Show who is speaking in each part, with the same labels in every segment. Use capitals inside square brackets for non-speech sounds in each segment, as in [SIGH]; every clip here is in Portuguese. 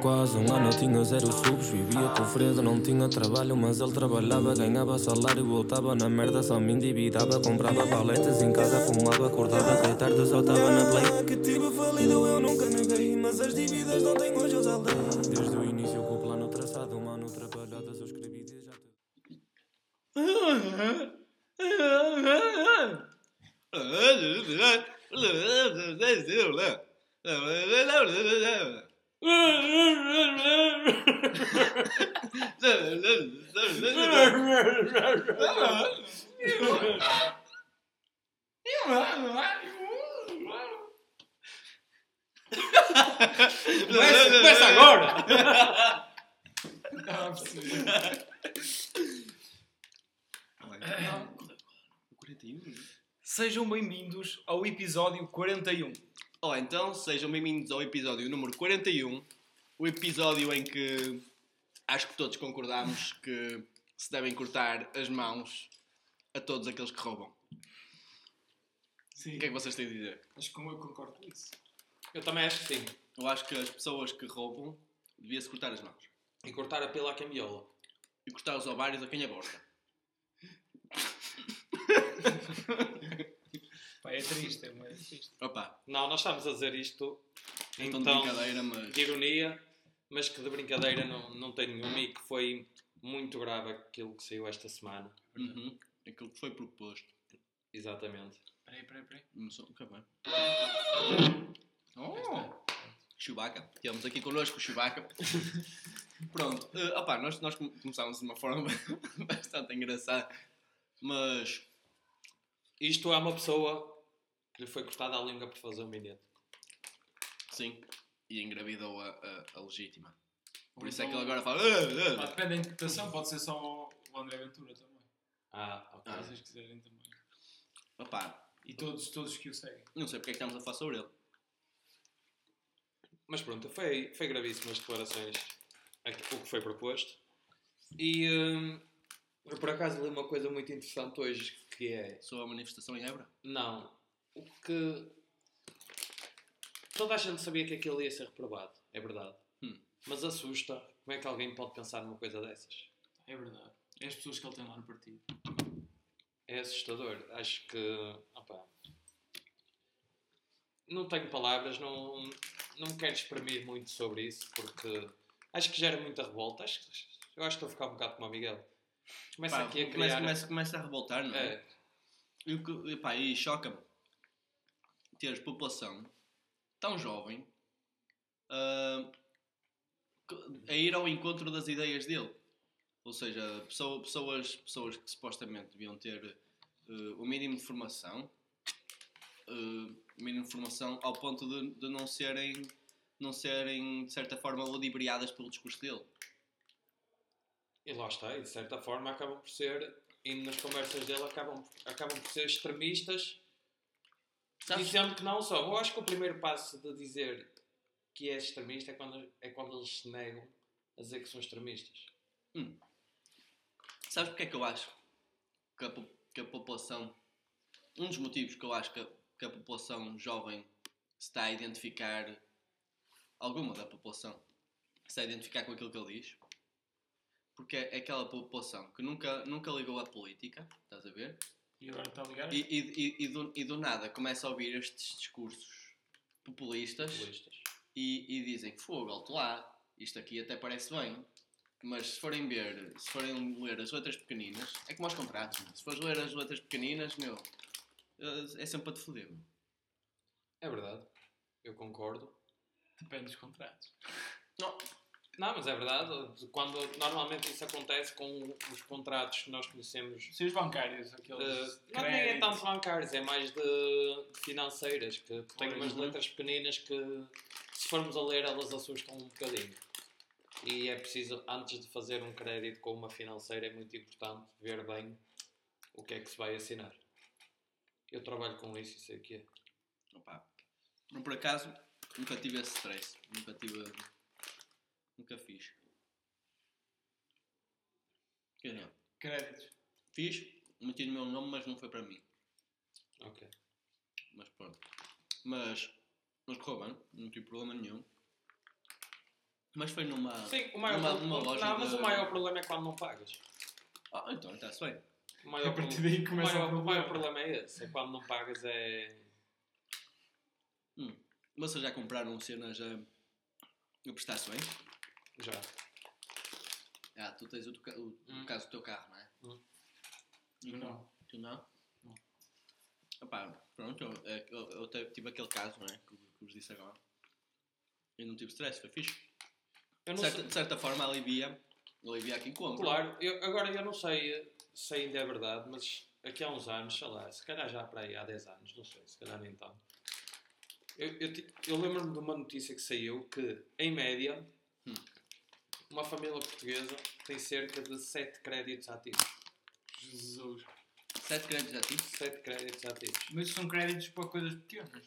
Speaker 1: quase um ano eu tinha zero subs Vivia com o Fredo, não tinha trabalho Mas ele trabalhava, ganhava salário Voltava na merda, só me endividava Comprava paletas em casa, fumava Acordava até tarde, só tava na play Que tive falido eu nunca neguei Mas as dívidas não tenho hoje eu saldei Desde o início com o plano traçado Mano, trabalhadas eu escrevi desde já
Speaker 2: Começa, começa agora!
Speaker 3: Não, absurdo. Sejam bem-vindos ao episódio 41.
Speaker 2: Olá, então, sejam bem-vindos ao episódio número 41. O episódio em que acho que todos concordamos que se devem cortar as mãos a todos aqueles que roubam.
Speaker 3: Sim.
Speaker 2: O que é que vocês têm a dizer?
Speaker 3: Acho que eu concordo com isso.
Speaker 4: Eu também acho que sim.
Speaker 2: Eu acho que as pessoas que roubam devia-se cortar as mãos.
Speaker 4: E cortar a pela à cambiola.
Speaker 2: E cortar os ovários a quem aborta.
Speaker 3: Pá, é triste, é muito triste.
Speaker 2: Opa,
Speaker 4: Não, nós estamos a dizer isto
Speaker 2: é tão de
Speaker 4: Então-
Speaker 2: brincadeira, mas...
Speaker 4: de ironia, mas que de brincadeira não, não tem nenhuma e que foi muito grave aquilo que saiu esta semana.
Speaker 2: Uhum. Aquilo que foi proposto.
Speaker 4: Exatamente.
Speaker 3: Peraí, peraí, peraí.
Speaker 2: Não sou- ok, bem. Oh! Chewbacca. Temos aqui connosco o Chewbacca. Pronto. eh, opá, nós, nós come- começámos de uma forma [LAUGHS] bastante engraçada. Mas...
Speaker 4: Isto é uma pessoa que lhe foi cortada a língua por fazer um bilhete.
Speaker 2: Sim. E engravidou a, a- a legítima. Por
Speaker 3: Ou
Speaker 2: isso é que
Speaker 3: então-
Speaker 2: ele agora fala...
Speaker 3: Pá,
Speaker 2: "Ah, ah".
Speaker 3: depende da interpretação, pode ser só o André Ventura também.
Speaker 4: Ah, ok.
Speaker 2: Ah.
Speaker 3: Se vocês quiserem também.
Speaker 2: Opá,
Speaker 3: E todos, todos que o seguem.
Speaker 2: não sei porque é que estamos a falar sobre ele.
Speaker 4: Mas pronto, foi, foi gravíssimo as declarações, aqui- o que foi proposto. E hum, eu por acaso li uma coisa muito interessante hoje que é
Speaker 2: Sou a manifestação em Évora.
Speaker 4: Não. O que. Toda a gente sabia que aquilo ia ser reprovado, é verdade.
Speaker 2: Hum.
Speaker 4: Mas assusta como é que alguém pode pensar numa coisa dessas.
Speaker 3: É verdade. É as pessoas que ele tem lá no partido.
Speaker 4: É assustador. Acho que. opá, Não tenho palavras, não, não me quero exprimir muito sobre isso, porque acho que gera muita revolta. Acho que, eu acho que estou a ficar um bocado como o Miguel. Começa
Speaker 2: Pá,
Speaker 4: aqui a
Speaker 2: começa,
Speaker 4: criar.
Speaker 2: começa, começa a revoltar, não é?
Speaker 4: É,
Speaker 2: E, o que- epá, e choca-me teres população tão jovem ah, que- a ir ao encontro das ideias dele. Ou seja, pessoa- pessoas, pessoas que supostamente deviam ter eh, o mínimo de formação, eh, o mínimo de formação ao ponto de, de não serem não serem de certa forma ludibriadas pelo discurso dele.
Speaker 4: E lá está, e de certa forma acabam por ser, e nas conversas dele acabam, acabam por ser extremistas,
Speaker 2: Sabes-
Speaker 4: dizendo que não são. Eu acho que o primeiro passo de dizer que é extremista é quando, é quando eles se negam a dizer que são extremistas.
Speaker 2: Sabes porque é que eu acho que a, po- que a população. Um dos motivos que eu acho que a, que a população jovem se está a identificar. Alguma da população se está a identificar com aquilo que ele diz. Porque é aquela população que nunca, nunca ligou à política, estás a ver?
Speaker 3: E agora está a ligar?
Speaker 2: E, e, e, e do, e do nada começa a ouvir estes discursos populistas
Speaker 4: Populistas.
Speaker 2: e, e dizem fogo, alto lá, isto aqui até parece bem, mas se forem ver, se forem ler as letras pequeninas, é como aos contratos, meu. se fores ler as letras pequeninas, meu, eh, é sempre para te foder. meu.
Speaker 4: É verdade, eu concordo.
Speaker 3: Depende dos contratos.
Speaker 2: Não,
Speaker 4: Não, mas é verdade, quando normalmente isso acontece com os contratos que nós conhecemos
Speaker 3: Se os bancários, aqueles.
Speaker 4: Uh, não nem é tanto
Speaker 3: créditos,
Speaker 4: bancários, é mais de de financeiras, que que têm
Speaker 3: Pois, né?
Speaker 4: umas
Speaker 2: uhum.
Speaker 4: letras pequeninas que, se formos a ler, elas assustam um bocadinho. E é preciso, antes de fazer um crédito com uma financeira, é muito importante ver bem o que é que se vai assinar. Eu trabalho com isso e sei o que é.
Speaker 2: opá. Não, por acaso, nunca tive esse stress, nunca tive, nunca fiz. Quer dizer,
Speaker 3: créditos.
Speaker 2: Fiz, meti no meu nome, mas não foi para mim.
Speaker 4: Ok.
Speaker 2: Mas pronto. Mas, mas correu bem, não tive problema nenhum. Mas foi numa.
Speaker 4: Sim, o maior
Speaker 2: Numa-
Speaker 4: problema.
Speaker 2: numa loja
Speaker 4: não, mas
Speaker 2: de-
Speaker 4: o maior problema é quando não pagas.
Speaker 2: Ah, então está-se bem.
Speaker 4: O maior,
Speaker 3: A partir
Speaker 4: problema,
Speaker 3: daí
Speaker 4: o,
Speaker 3: começa
Speaker 4: maior,
Speaker 3: o
Speaker 4: o maior
Speaker 3: problema.
Speaker 4: problema é esse. É quando não pagas é.
Speaker 2: Mas vocês já compraram cenas a. a prestar-se bem?
Speaker 4: Já.
Speaker 2: Ah, tu tens o, teu ca- o, o
Speaker 4: Hum.
Speaker 2: caso do teu carro, não é?
Speaker 4: Hum.
Speaker 2: Uhum.
Speaker 3: Não.
Speaker 2: Tu não?
Speaker 3: Não.
Speaker 2: Epá, pronto, eu, eh, eu- eu te- tive aquele caso, não é? Que, que vos disse agora. E não tive stress, foi fixe.
Speaker 4: Eu
Speaker 2: De
Speaker 4: não
Speaker 2: certa,
Speaker 4: sei-
Speaker 2: de certa forma alivia, alivia quem compra.
Speaker 4: Claro, eu- agora eu não sei se ainda é verdade, mas aqui há uns anos, sei lá, se calhar já para aí há 10 anos, não sei, se calhar nem tanto. Eu, eu, ti- eu lembro-me de uma notícia que saiu que, em média,
Speaker 2: Hum.
Speaker 4: uma família portuguesa tem cerca de 7 créditos ativos.
Speaker 3: Jesus.
Speaker 2: Sete créditos ativos.
Speaker 4: 7 créditos ativos.
Speaker 3: Mas são créditos para coisas pequenas.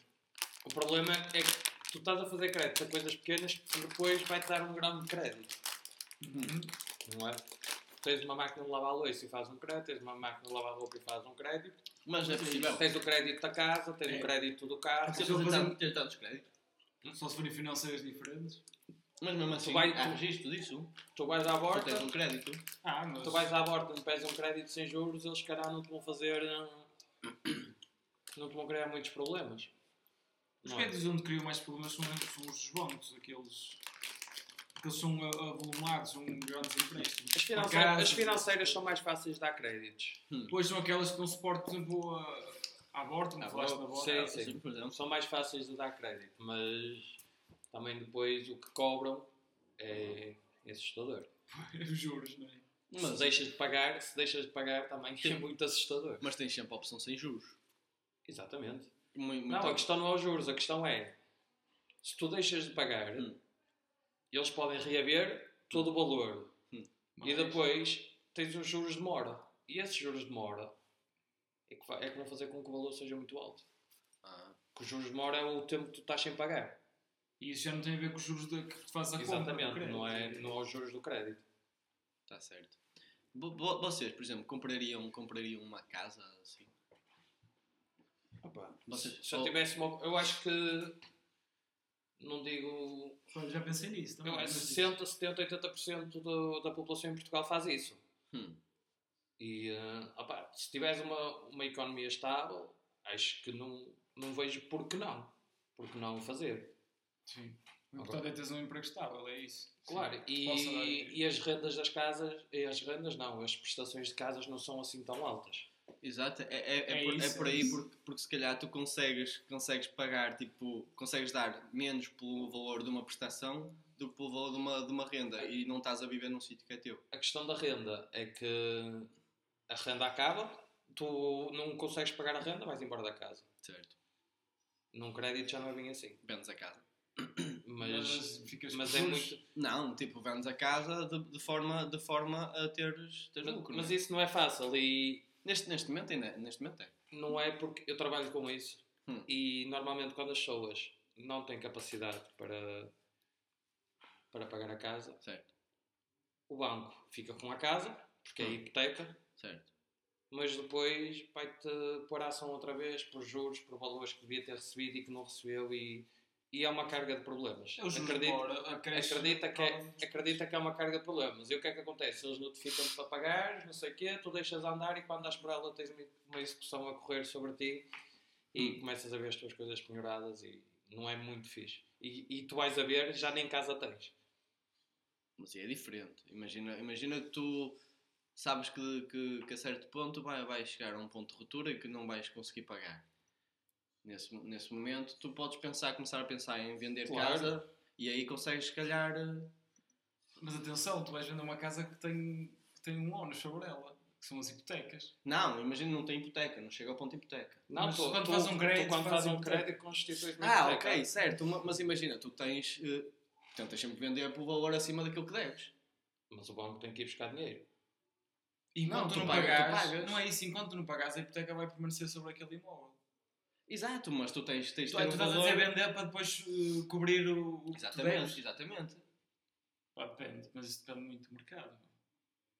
Speaker 4: O problema é que tu estás a fazer créditos a coisas pequenas que depois vai-te dar um grande crédito. Não é? Tens uma máquina de lavar louça e faz um crédito, tens uma máquina de lavar roupa e faz um crédito.
Speaker 2: Mas é possível.
Speaker 4: Tens o crédito da casa, tens
Speaker 3: É.
Speaker 4: o crédito do carro.
Speaker 2: Tens
Speaker 3: Só
Speaker 2: tanto-
Speaker 3: fazendo-
Speaker 2: tens tantos créditos.
Speaker 3: Só se forem financeiras diferentes.
Speaker 2: Mas mesmo assim,
Speaker 4: vai-
Speaker 2: há registro disso.
Speaker 4: Tu vais à
Speaker 2: Tu
Speaker 4: borda,
Speaker 2: tens um crédito.
Speaker 3: Ah, mas...
Speaker 4: tu vais à borda e pedes um crédito sem juros, eles caralho não [COUGHS] te vão fazer. hum, Não te vão criar muitos problemas.
Speaker 3: Os
Speaker 4: Não é?
Speaker 3: créditos onde criam mais problemas são, são os dos bancos, aqueles... Porque eles são a- avolumados, são grandes empréstimos.
Speaker 4: As,
Speaker 3: Para
Speaker 4: financeiras,
Speaker 3: casas.
Speaker 4: as financeiras são mais fáceis de dar créditos.
Speaker 3: Depois são aquelas que dão suporte, por exemplo, a- à borda,
Speaker 2: À
Speaker 3: como falaste na
Speaker 2: borda,
Speaker 3: borda.
Speaker 4: sim.
Speaker 2: Ah, por exemplo.
Speaker 4: São mais fáceis de dar crédito, mas também depois o que cobram é, é assustador.
Speaker 3: [LAUGHS] Os juros, não é?
Speaker 4: se
Speaker 2: Mas,
Speaker 4: deixas de pagar, se deixas de pagar também é muito assustador.
Speaker 2: mas tens sempre a opção sem juros.
Speaker 4: Exatamente.
Speaker 2: Muito,
Speaker 4: Não, a questão não é os juros, a questão é se tu deixas de pagar,
Speaker 2: Hum.
Speaker 4: eles podem reaver todo o valor e
Speaker 3: Mas-
Speaker 4: depois tens os juros de mora. E esses juros de mora é que, vai- é que vão fazer com que o valor seja muito alto.
Speaker 2: Ah,
Speaker 4: Que os juros de mora é o tempo que tu estás sem pagar.
Speaker 3: E isso já não tem a ver com os juros da, que tu fazes a compra. do
Speaker 4: Exatamente,
Speaker 3: crédito.
Speaker 4: não é, não é os juros do crédito.
Speaker 2: está tá certo. Vo- vo- Vocês, por exemplo, comprariam, comprariam uma casa assim?
Speaker 3: Ah,
Speaker 2: Vocês,
Speaker 4: Se eu
Speaker 2: ou-
Speaker 4: tivesse uma. Eu acho que. Não digo
Speaker 3: Pô, Já pensei nisso também.
Speaker 4: Eu
Speaker 2: é
Speaker 4: acho que
Speaker 3: mas-
Speaker 4: 60, 70, 80% do, da população em Portugal faz isso.
Speaker 2: Hum.
Speaker 4: E eh, opá, se tiveres uma, uma economia estável, acho que não, não vejo por que não. Por que não fazer?
Speaker 3: Sim. O importante é teres um emprego estável, é isso.
Speaker 4: Claro,
Speaker 3: Posso dar dinheiro.
Speaker 4: e, e as rendas das casas, e as rendas não, as prestações de casas não são assim tão altas.
Speaker 2: Exato, é, é, é
Speaker 3: É
Speaker 2: por, é
Speaker 3: isso,
Speaker 2: por
Speaker 3: é
Speaker 2: aí
Speaker 3: isso.
Speaker 2: porque, porque se calhar tu consegues, consegues pagar, tipo, consegues dar menos pelo valor de uma prestação do que pelo valor de uma, de uma renda e não estás a viver num sítio que é teu.
Speaker 4: A questão da renda é que a renda acaba, tu não consegues pagar a renda, vais embora da casa.
Speaker 2: Certo.
Speaker 4: Num crédito já não é bem assim.
Speaker 2: Vendes a casa.
Speaker 4: Mas,
Speaker 3: ficas
Speaker 4: mas
Speaker 3: com
Speaker 4: é
Speaker 3: juros.
Speaker 4: muito.
Speaker 2: Não, tipo, vendes a casa de, de forma, de forma a teres, teres
Speaker 4: Mas,
Speaker 2: lucro.
Speaker 4: mas
Speaker 2: não é?
Speaker 4: isso não é fácil e
Speaker 2: neste, neste momento ainda, neste momento é.
Speaker 4: não é porque eu trabalho com isso
Speaker 2: Hum.
Speaker 4: e normalmente quando as pessoas não têm capacidade para, para pagar a casa,
Speaker 2: Certo,
Speaker 4: o banco fica com a casa, porque é
Speaker 2: Hum.
Speaker 4: hipoteca,
Speaker 2: certo.
Speaker 4: mas depois vai-te pôr a ação outra vez por juros, por valores que devia ter recebido e que não recebeu e, e é uma carga de problemas.
Speaker 3: É o juros
Speaker 4: Acredito-
Speaker 3: fora, acresce-
Speaker 4: acredita que, é, acredita que é uma carga de problemas. E o que é que acontece? Eles notificam-te para pagar, não sei o quê, tu deixas andar e quando dás por ela tens uma- uma execução a correr sobre ti e começas a ver as tuas coisas penhoradas e não é muito fixe. E, e tu vais a ver, já nem casa tens.
Speaker 2: Mas é diferente. Imagina, imagina que tu sabes que, que, que a certo ponto vai, vai chegar a um ponto de ruptura e que não vais conseguir pagar. Nesse, mo- nesse momento, tu podes pensar, começar a pensar em vender
Speaker 4: Claro.
Speaker 2: casa e aí consegues, se calhar. eh,
Speaker 3: Mas atenção, tu vais vender uma casa que tem, que tem um ónus sobre ela, que são as hipotecas.
Speaker 2: Não, imagina não tem hipoteca, não chega ao ponto de hipoteca.
Speaker 4: Não,
Speaker 3: Mas
Speaker 4: tu,
Speaker 3: quando
Speaker 4: tu-
Speaker 3: faz um
Speaker 4: tu
Speaker 3: crédito,
Speaker 4: quando
Speaker 3: faz
Speaker 4: faz um
Speaker 3: um
Speaker 4: crédito constitui
Speaker 2: Ah, ok, certo. Uma- mas imagina, tu tens. eh, tentas sempre vender por valor acima daquilo que deves.
Speaker 4: Mas o banco tem que ir buscar dinheiro.
Speaker 3: E enquanto
Speaker 2: Não,
Speaker 3: não,
Speaker 2: tu pagas,
Speaker 3: pagares,
Speaker 2: tu pagas.
Speaker 3: não é isso, enquanto não pagares, a hipoteca vai permanecer sobre aquele imóvel.
Speaker 2: Exato, mas tu tens. tens de
Speaker 3: Tu, tu
Speaker 2: ter um
Speaker 3: estás a
Speaker 2: valor...
Speaker 3: dizer vender para depois eh, cobrir o, o que tu deves?
Speaker 2: Exatamente, exatamente.
Speaker 3: Pá, depende, mas isso depende muito do mercado.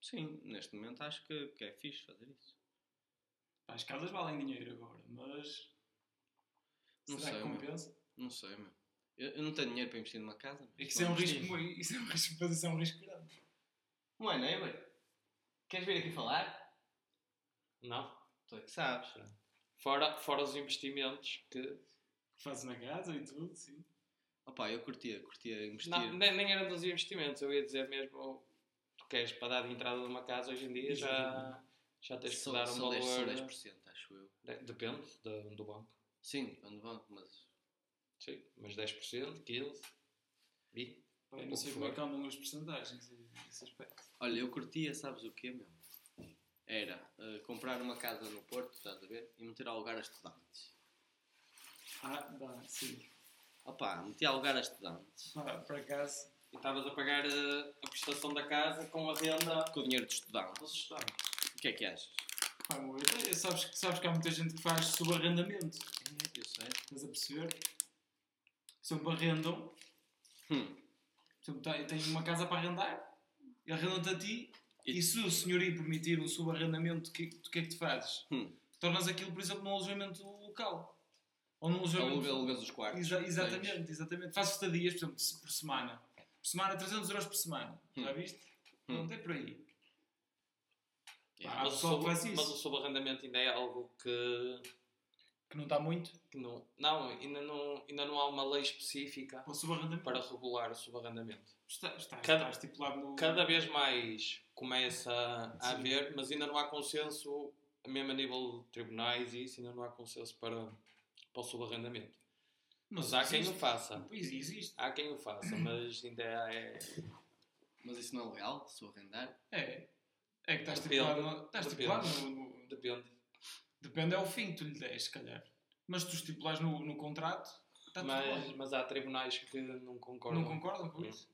Speaker 2: Sim, neste momento acho que, que é fixe fazer isso.
Speaker 3: Pá, As casas valem dinheiro agora, mas
Speaker 2: Não
Speaker 3: será
Speaker 2: sei,
Speaker 3: que
Speaker 2: meu.
Speaker 3: compensa?
Speaker 2: Não sei, meu. Eu, eu não tenho dinheiro para investir numa casa. mas
Speaker 3: Isso é um
Speaker 2: vou
Speaker 3: risco,
Speaker 2: investir.
Speaker 3: mu- isso é um risco, mas isso é um risco grande.
Speaker 2: Não é, não é, ué? Queres vir aqui falar?
Speaker 4: Não?
Speaker 2: Tu é que sabes.
Speaker 4: Fora, fora os investimentos que.
Speaker 3: Fazes na casa e tudo, sim.
Speaker 2: Opa, eu curtia, curtia investir.
Speaker 4: Não, nem, nem era dos investimentos, eu ia dizer mesmo. oh, tu queres para dar de entrada de uma casa hoje em dia já, já tens que
Speaker 2: Só-
Speaker 4: dar um
Speaker 2: só
Speaker 4: valor.
Speaker 2: 10, só
Speaker 3: é?
Speaker 2: 10%, acho eu.
Speaker 4: de- Depende do, do banco.
Speaker 2: Sim, quando vão, mas.
Speaker 4: Sim, mas 10%, 15%, 20%.
Speaker 3: Pá, eu
Speaker 4: Ou
Speaker 3: não sei
Speaker 4: que
Speaker 3: como é
Speaker 4: for.
Speaker 3: que andam as percentagens nesse aspecto.
Speaker 2: Olha, eu curtia, sabes o quê, meu? Era eh, comprar uma casa no Porto, estás a ver? E meter a alugar a estudantes.
Speaker 3: Ah, dá, sim.
Speaker 2: Opa, meti a alugar a estudantes.
Speaker 3: Ah, por acaso.
Speaker 4: E estavas a pagar eh, a prestação da casa com a renda
Speaker 2: Com o dinheiro de estudante.
Speaker 4: dos estudantes.
Speaker 2: O que é que achas?
Speaker 3: Pá, um meu, eu- eu- É, sabes, que- sabes que há muita gente que faz subarrendamento.
Speaker 2: Eu sei.
Speaker 3: Estás a perceber? Sempre arrendam.
Speaker 2: Hum.
Speaker 3: Sempre te- têm uma casa para arrendar. E arrendam-te a ti.
Speaker 2: E-
Speaker 3: E se o senhorio permitir um subarrendamento, o que, o que é que tu fazes?
Speaker 2: Hum.
Speaker 3: Tornas aquilo, por exemplo, num alojamento local. Ou num alojamento...
Speaker 2: Aluga, alugas os quartos.
Speaker 3: Exa-
Speaker 2: tens.
Speaker 3: exatamente, exatamente. Faço estadias, por exemplo, se- por semana. Por semana, 300 euros por semana. Já
Speaker 2: Hum.
Speaker 3: viste?
Speaker 2: Hum.
Speaker 3: Não tem por aí.
Speaker 2: É,
Speaker 3: Pá, há
Speaker 4: Mas o,
Speaker 3: pessoal
Speaker 4: sub,
Speaker 3: que faz isso.
Speaker 4: mas o subarrendamento ainda é algo que,
Speaker 3: Que não está muito.
Speaker 4: que não. Não ainda, não, ainda não há uma lei específica
Speaker 3: Para o subarrendamento.
Speaker 4: para regular o subarrendamento.
Speaker 3: Está, está,
Speaker 4: Cada-
Speaker 3: está estipulado no...
Speaker 4: Cada vez mais começa a
Speaker 3: Sim.
Speaker 4: haver, mas ainda não há consenso, mesmo a nível de tribunais e isso, ainda não há consenso para, para o subarrendamento. Mas há quem o
Speaker 3: existe.
Speaker 4: faça.
Speaker 3: Pois existe.
Speaker 4: Há quem o faça,
Speaker 3: Uhum.
Speaker 4: mas ainda é.
Speaker 2: Mas isso não é legal, se eu arrendar.
Speaker 3: É. É que está
Speaker 4: Depende.
Speaker 3: estipulado, no- está
Speaker 4: Depende.
Speaker 3: estipulado no, no-
Speaker 4: Depende.
Speaker 3: Depende, é o fim que tu lhe des, se calhar. Mas tu estipulares no, no contrato, está Tá tudo
Speaker 4: Mas,
Speaker 3: bem.
Speaker 4: mas há tribunais que não concordam.
Speaker 3: Não concordam com
Speaker 4: Não.
Speaker 3: isso?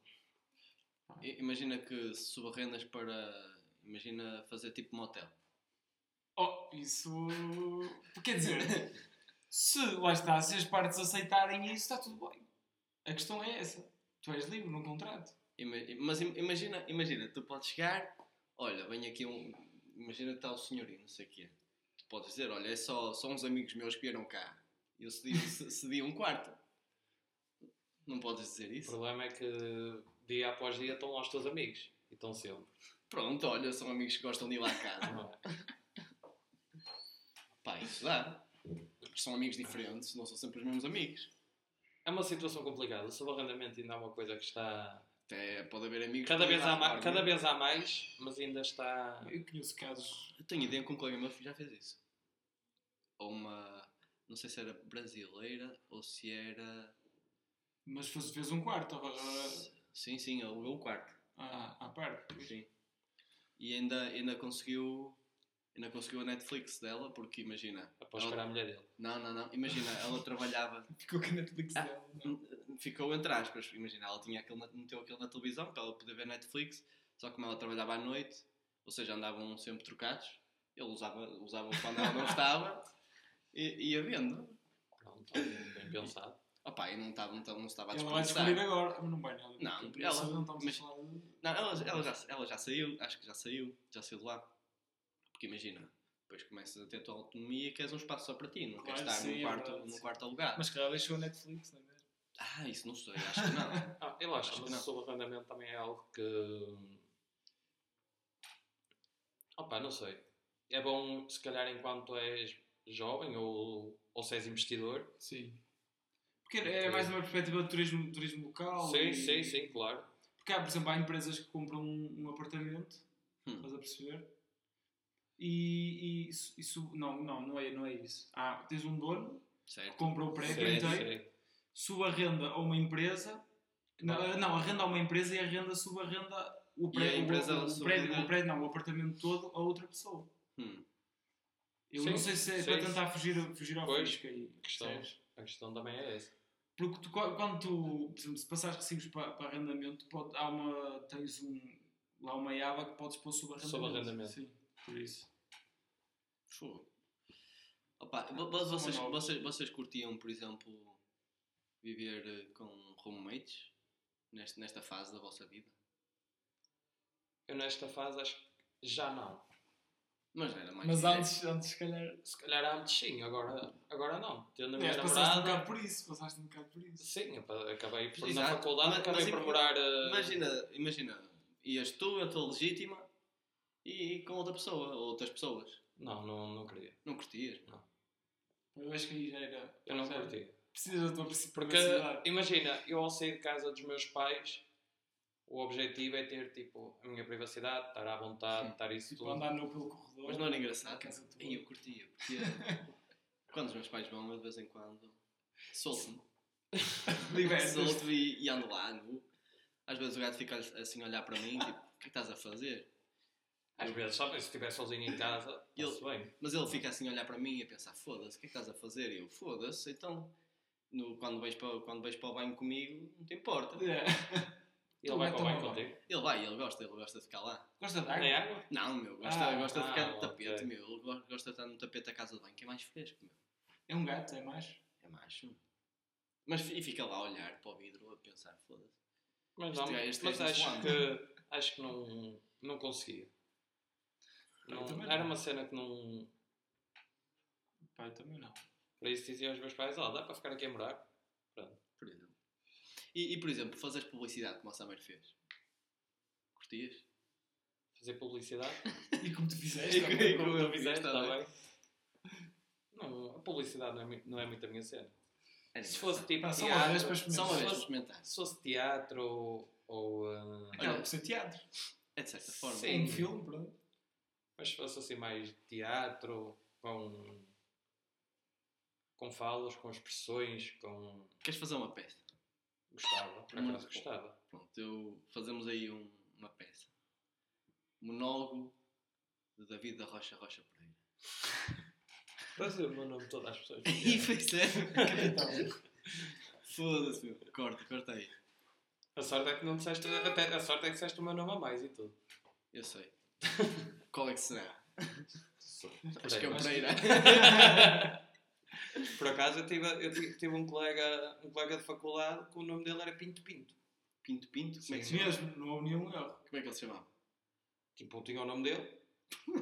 Speaker 2: I- Imagina que se subarrendas para. Imagina fazer tipo motel.
Speaker 3: Oh, isso... Quer dizer, se lá está, se as partes aceitarem isso, está tudo bem. A questão é essa. Tu és livre num contrato.
Speaker 2: [LAUGHS] Ima- Mas im- imagina, imagina, tu podes chegar, olha, vem aqui um. Imagina que está o senhorinho, não sei o quê. Tu podes dizer, olha, é só, só uns amigos meus que vieram cá. Eu cedi, ce- cedi um [LAUGHS] quarto. Não podes dizer
Speaker 4: O
Speaker 2: isso?
Speaker 4: problema é que dia após dia estão lá os teus amigos. E estão sempre.
Speaker 2: Pronto, olha, são amigos que gostam de ir lá a casa.
Speaker 4: Não é?
Speaker 2: Pá, isso dá. São amigos diferentes, não são sempre os mesmos amigos.
Speaker 4: É uma situação complicada. O subarrendamento ainda é uma coisa que está.
Speaker 2: Até pode haver amigos.
Speaker 4: Cada
Speaker 2: que
Speaker 4: vez,
Speaker 2: vão lá é?
Speaker 4: há mais,
Speaker 2: dormir.
Speaker 4: cada vez há mais, mas ainda está.
Speaker 3: Eu conheço casos...
Speaker 2: Eu tenho ideia que um colega meu já fez isso. Ou uma. Não sei se era brasileira ou se era.
Speaker 3: Mas fez, fez um quarto ah,
Speaker 2: Sim, sim, alugou o quarto.
Speaker 3: à, à parte.
Speaker 2: Sim. E ainda, ainda conseguiu. Ainda conseguiu a Netflix dela, porque imagina.
Speaker 4: Após
Speaker 2: ela-
Speaker 4: para a mulher dele.
Speaker 2: Não, não, não. Imagina, ela trabalhava.
Speaker 3: [LAUGHS] Ficou com a Netflix
Speaker 2: Ah.
Speaker 3: dela. não é?
Speaker 2: Ficou entre aspas. Imagina, ela tinha aquele, na- meteu aquilo na televisão para ela poder ver Netflix. Só que como ela trabalhava à noite, ou seja, andavam sempre trocados. Ele usava, usava quando ela não estava e ia vendo.
Speaker 4: Pronto, bem pensado.
Speaker 2: Opa, e não estava, não estava, não estava a
Speaker 3: Ela vai
Speaker 2: desperdiçar.
Speaker 3: descobrir agora. Mas não vai nada.
Speaker 2: Não,
Speaker 3: porque
Speaker 2: ela-
Speaker 3: sabe, não estamos
Speaker 2: mas-
Speaker 3: a falar de-
Speaker 2: Não, ela, ela já, ela já saiu, acho que já saiu, já saiu de lá. Porque imagina, depois começas a ter a tua autonomia e queres um espaço só para ti, não
Speaker 3: Claro,
Speaker 2: queres estar
Speaker 3: sim,
Speaker 2: num
Speaker 3: é
Speaker 2: quarto,
Speaker 3: verdade,
Speaker 2: num
Speaker 3: sim.
Speaker 2: quarto alugado.
Speaker 3: Mas que ela deixou a Netflix, não é mesmo?
Speaker 2: Ah, isso não sei, acho que não. [LAUGHS]
Speaker 4: Ah, eu acho,
Speaker 2: Acho
Speaker 4: mas
Speaker 2: que
Speaker 4: o subarrendamento também é algo que. Opa, não sei. É bom, se calhar, enquanto és jovem ou, ou se és investidor.
Speaker 3: Sim. Porque é mais uma perspectiva de turismo, turismo local.
Speaker 4: sim,
Speaker 3: e-
Speaker 4: sim, sim, claro.
Speaker 3: Porque há, por exemplo, há empresas que compram um, um apartamento,
Speaker 2: Hum.
Speaker 3: estás a perceber? E, e isso, isso- Não, não, não é, não é isso. Ah, tens um dono que
Speaker 2: Certo?
Speaker 3: compra o
Speaker 4: Sim,
Speaker 3: prédio inteiro,
Speaker 4: sim.
Speaker 3: subarrenda a uma empresa. Não, não, arrenda a uma empresa e arrenda, subarrenda o
Speaker 2: E a
Speaker 3: prédio,
Speaker 2: empresa
Speaker 3: o, o prédio,
Speaker 2: subarrenda-
Speaker 3: o prédio, não, o apartamento todo a outra pessoa.
Speaker 2: Hum.
Speaker 3: Eu
Speaker 4: Sim,
Speaker 3: não sei se é
Speaker 4: sim,
Speaker 3: para
Speaker 4: sim.
Speaker 3: tentar fugir, fugir ao
Speaker 4: Pois,
Speaker 3: fisco aí.
Speaker 4: questão.
Speaker 3: percebes?
Speaker 4: A questão também é essa.
Speaker 3: Porque tu, qua- quando tu, por exemplo, se passares recibos para, para arrendamento, pode, há uma, tens um, lá uma IABA que podes pôr sob arrendamento.
Speaker 4: Subarrendamento.
Speaker 3: Sim, por isso.
Speaker 2: Fogo. Opa, vo- vo- vocês,
Speaker 3: nova.
Speaker 2: vocês, vocês curtiam, por exemplo, viver eh, com roommates neste, nesta fase da vossa vida?
Speaker 4: Eu nesta fase acho que já não.
Speaker 2: Mas era mais.
Speaker 3: Mas
Speaker 2: direto.
Speaker 3: antes, antes se calhar.
Speaker 4: Se calhar antes sim, agora, agora não. Tendo a minha
Speaker 3: Aliás, passaste um
Speaker 4: namorada.
Speaker 3: bocado por isso, passaste um bocado por isso.
Speaker 4: Sim, apa- acabei por, na
Speaker 2: Exato.
Speaker 4: faculdade,
Speaker 2: Mas-
Speaker 4: acabei
Speaker 2: mas
Speaker 4: por
Speaker 2: ima-
Speaker 4: morar. eh,
Speaker 2: Imagina, imagina, ias tu, a tua legítima e, com outra pessoa, ou outras pessoas.
Speaker 4: Não, não, não queria.
Speaker 2: Não curtias?
Speaker 3: Eu acho que aí já era.
Speaker 4: Eu não
Speaker 3: já era.
Speaker 4: curtia.
Speaker 3: Precisas da tua privacidade.
Speaker 4: Porque, imagina, eu ao sair de casa dos meus pais, o objetivo é ter, tipo, a minha privacidade, estar à vontade,
Speaker 2: Sim.
Speaker 4: estar isso
Speaker 3: Tipo,
Speaker 4: tudo.
Speaker 3: andar nu pelo corredor.
Speaker 2: Mas não era engraçado?
Speaker 3: Casa tua.
Speaker 2: Sim, eu curtia, porque quando os meus pais vão, eu de vez em quando solto-me.
Speaker 3: Libertas.
Speaker 2: Solto e, e ando lá. nu. Às vezes o gato fica assim a olhar para mim, tipo, o que é que estás a fazer?
Speaker 4: Às vezes, sabe, se estiver sozinho em casa,
Speaker 2: Ele-
Speaker 4: está-se bem.
Speaker 2: Mas ele fica assim a olhar para mim e a pensar, foda-se, o que é que estás a fazer? E eu, foda-se, então, no- quando, vais para, quando vais para o banho comigo, não te importa.
Speaker 3: Yeah.
Speaker 4: Ele
Speaker 3: Tu
Speaker 4: vai
Speaker 3: vai
Speaker 4: para o banho
Speaker 3: tomar
Speaker 4: contigo.
Speaker 2: Ele vai, ele gosta, ele gosta de ficar lá.
Speaker 3: Gosta de
Speaker 4: Nem
Speaker 3: água?
Speaker 4: água?
Speaker 2: Não, meu, gosta,
Speaker 3: Ah,
Speaker 2: gosta de
Speaker 4: ah,
Speaker 2: ficar no
Speaker 4: ok.
Speaker 2: tapete, meu. Ele go- gosta de estar no tapete da casa de banho, que é mais fresco, meu.
Speaker 3: É um gato, é mais.
Speaker 2: É macho. Mas fi- e fica lá a olhar para o vidro a pensar, foda-se.
Speaker 4: Mas,
Speaker 2: Este
Speaker 4: não,
Speaker 2: gajo- é este
Speaker 4: mas
Speaker 2: gajo
Speaker 4: acho
Speaker 2: não
Speaker 4: que, acho que não, não conseguia.
Speaker 3: Eu
Speaker 4: Não-
Speaker 3: também
Speaker 4: era
Speaker 3: não.
Speaker 4: uma cena que não.
Speaker 3: Pá, eu também não.
Speaker 4: Para isso diziam aos meus pais: Ó, dá para ficar aqui a morar?
Speaker 2: Por exemplo. E, e, por exemplo, fazes publicidade como o Summer fez. Curtias?
Speaker 4: Fazer publicidade?
Speaker 3: E como tu fizeste?
Speaker 2: E
Speaker 3: ok?
Speaker 2: que-
Speaker 4: como
Speaker 2: [LAUGHS] como
Speaker 4: tu
Speaker 2: eu
Speaker 4: fizeste,
Speaker 2: fiz, tá
Speaker 4: tá
Speaker 2: bem.
Speaker 4: bem. Não, a publicidade não é, mui- não é muito a minha cena.
Speaker 2: Era
Speaker 4: Se fosse tipo
Speaker 3: Pá, Ah, só uma vez para
Speaker 4: teatro,
Speaker 2: engraçado. É, Só uma vez para
Speaker 4: Mas-
Speaker 2: experimentar.
Speaker 4: se fosse teatro ou. ou, ah,
Speaker 3: Acaba
Speaker 2: Olha,
Speaker 3: por ser teatro.
Speaker 2: É de certa forma.
Speaker 4: Sim.
Speaker 3: Um filme, pronto.
Speaker 4: mas se fosse assim mais teatro, com. com falas, com expressões, com.
Speaker 2: Queres fazer uma peça?
Speaker 4: Gostava, por
Speaker 2: Muito
Speaker 4: acaso
Speaker 2: bom.
Speaker 4: gostava.
Speaker 2: Pronto, eu fazemos aí um- uma peça. Monólogo de David da Rocha Rocha Pereira.
Speaker 4: Mas o meu nome todas as pessoas.
Speaker 2: [LAUGHS] E fez
Speaker 3: Então,
Speaker 2: Foda-se, meu. Corta, corta aí.
Speaker 4: A sorte é que não disseste. Até, a sorte é que disseste o meu nome a mais e tudo.
Speaker 2: Eu sei. Qual é que será? Acho
Speaker 4: Peraí,
Speaker 2: que é o
Speaker 4: mas-
Speaker 2: Pereira.
Speaker 4: Por acaso eu tive, eu tive, tive um, colega, um colega de faculdade que o nome dele era Pinto Pinto.
Speaker 2: [LAUGHS] Pinto Pinto? Como é, que se
Speaker 4: Sim.
Speaker 2: chama?
Speaker 3: mesmo, não houve nenhum erro.
Speaker 2: Como é que ele se chamava?
Speaker 4: Tipo, tinha o nome dele.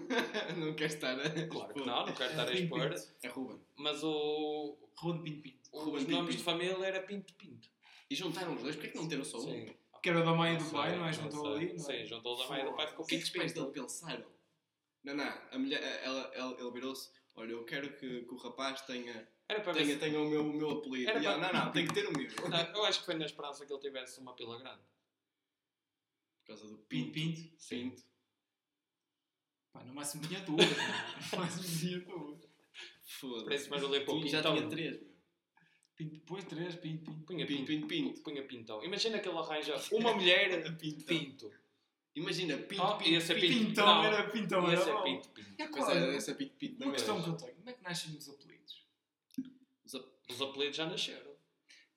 Speaker 2: [LAUGHS] não quero estar a...
Speaker 4: Claro que não, não quero
Speaker 3: [LAUGHS]
Speaker 4: estar a expor.
Speaker 2: É Ruben.
Speaker 4: Mas o,
Speaker 3: Ronde Pinto Pinto.
Speaker 4: os
Speaker 2: Ruben Pinto
Speaker 4: nomes de
Speaker 2: Pinto.
Speaker 4: família era Pinto Pinto.
Speaker 2: E juntaram os dois, porquê que não meteram só um?
Speaker 4: Sim.
Speaker 3: Que era da mãe e do
Speaker 4: Não
Speaker 3: pai,
Speaker 4: sei,
Speaker 3: não é?
Speaker 4: não
Speaker 3: Juntou
Speaker 4: sei.
Speaker 3: ali. não é?
Speaker 4: Sim, juntou da mãe e do pai ficou
Speaker 2: O que é que
Speaker 4: Pinto
Speaker 2: os pais dele
Speaker 4: Pinto.
Speaker 2: pensaram? Não, não. A mulher, ela, ela- ele virou-se. Olha, eu quero que, que o rapaz tenha,
Speaker 4: Era para
Speaker 2: tenha,
Speaker 4: ver.
Speaker 2: tenha o, meu, o meu apelido.
Speaker 4: Era
Speaker 2: E
Speaker 4: para-
Speaker 2: ela, Não, não, tem que ter
Speaker 4: [LAUGHS]
Speaker 2: o meu.
Speaker 4: se-
Speaker 2: Por
Speaker 4: Não, eu acho que foi na esperança que ele tivesse uma pila grande.
Speaker 2: causa do
Speaker 3: Pinto
Speaker 2: Pinto.
Speaker 3: Pinto.
Speaker 2: Pinto.
Speaker 3: Pá, no máximo tinha duas. mano. [LAUGHS] No máximo tinha duas.
Speaker 2: Foda-se.
Speaker 4: Parece mais valer para o
Speaker 2: Tu Já tinha
Speaker 4: Pintão. é?
Speaker 2: três, meu.
Speaker 3: Pinto, depois três, Pinto Pinto.
Speaker 4: Punha
Speaker 2: Pinto,
Speaker 4: Pinto.
Speaker 2: Pinto, Pinto.
Speaker 4: Punha Pintão. Imagina que ele
Speaker 3: [LAUGHS]
Speaker 4: arranja uma mulher
Speaker 2: Pinto.
Speaker 4: Pinto.
Speaker 2: Imagina, Pinto,
Speaker 4: Oh,
Speaker 2: Pinto.
Speaker 4: ia ser Pinto.
Speaker 3: Pintão
Speaker 4: Não,
Speaker 3: era Pintão,
Speaker 4: Ia
Speaker 3: era
Speaker 4: ser
Speaker 3: bom.
Speaker 4: Pinto Pinto.
Speaker 3: É
Speaker 2: Pois
Speaker 3: claro.
Speaker 2: é, essa Pinto, Pinto.
Speaker 3: Uma
Speaker 2: não é?
Speaker 3: questão que eu tenho. Como é que nascem os apelidos?
Speaker 2: Os ap-
Speaker 4: Os apelidos já nasceram.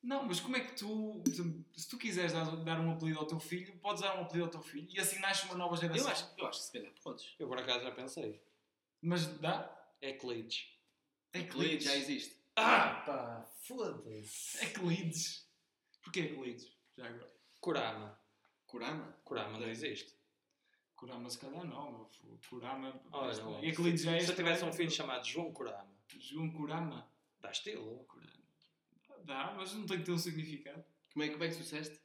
Speaker 3: Não, mas como é que tu, tu- se tu quiseres dar, dar um apelido ao teu filho, podes dar um apelido ao teu filho e assim nasce uma nova geração.
Speaker 2: Eu acho, eu acho que se calhar podes.
Speaker 4: Eu por acaso já pensei.
Speaker 3: Mas dá?
Speaker 4: Eclides.
Speaker 3: É
Speaker 2: Euclides já existe.
Speaker 4: Ah! Pá, foda-se.
Speaker 3: É Clides. Porquê é Clides? Já agora.
Speaker 4: Kurama.
Speaker 2: Kurama?
Speaker 4: Kurama não existe.
Speaker 3: Kurama se calhar não, meu. Fu- Kurama.
Speaker 4: Olha,
Speaker 3: este-
Speaker 4: não.
Speaker 3: é Clides já é
Speaker 4: Se eu
Speaker 3: este,
Speaker 4: tivesse
Speaker 3: não
Speaker 4: um
Speaker 3: é?
Speaker 4: filho chamado João Kurama,
Speaker 3: João Kurama.
Speaker 4: dá estilo.
Speaker 3: Dá, mas não tem que ter um significado.
Speaker 2: Como é, como é que tu disseste?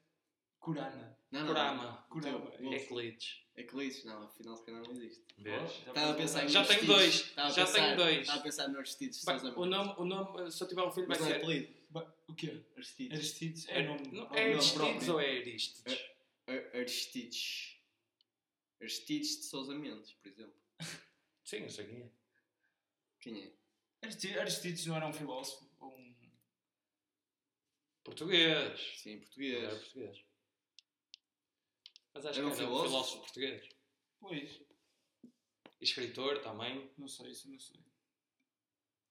Speaker 3: Kurana.
Speaker 2: Não,
Speaker 4: Kurama.
Speaker 3: Kurama.
Speaker 4: Uhum.
Speaker 2: Não.
Speaker 4: Eclides.
Speaker 2: Euclides, não, afinal se calhar não existe.
Speaker 4: Vês?
Speaker 2: Estava a pensar em
Speaker 4: Já
Speaker 2: meus
Speaker 4: tenho
Speaker 2: vestidos.
Speaker 4: dois.
Speaker 2: Estava a
Speaker 4: Já
Speaker 2: pensar-
Speaker 4: tenho dois.
Speaker 2: Estava a pensar no Aristides.
Speaker 4: Bem,
Speaker 2: Sousa
Speaker 4: o,
Speaker 2: Mendes.
Speaker 4: nome, o nome, se eu tiver um filho, vai
Speaker 2: Mas não é
Speaker 4: ser.
Speaker 2: apelido.
Speaker 3: Ba- O quê?
Speaker 2: Aristides.
Speaker 3: Aristides?
Speaker 4: É,
Speaker 3: É nome.
Speaker 4: não-
Speaker 3: nome
Speaker 4: é
Speaker 3: próprio.
Speaker 4: Aristides ou é Aristides?
Speaker 2: Ar- Aristides. Aristides de Sousa Mendes, por exemplo.
Speaker 4: Sim, eu sei quem é.
Speaker 2: Quem é?
Speaker 3: Aristi- Aristides não era um filósofo? Ou um...
Speaker 4: Português.
Speaker 2: Sim, em
Speaker 4: Ele Era
Speaker 2: português.
Speaker 4: português. Mas acho
Speaker 2: Era um
Speaker 4: que era um
Speaker 2: filósofo?
Speaker 4: filósofo português.
Speaker 3: Pois,
Speaker 4: Escritor também.
Speaker 3: não sei, isso eu não sei.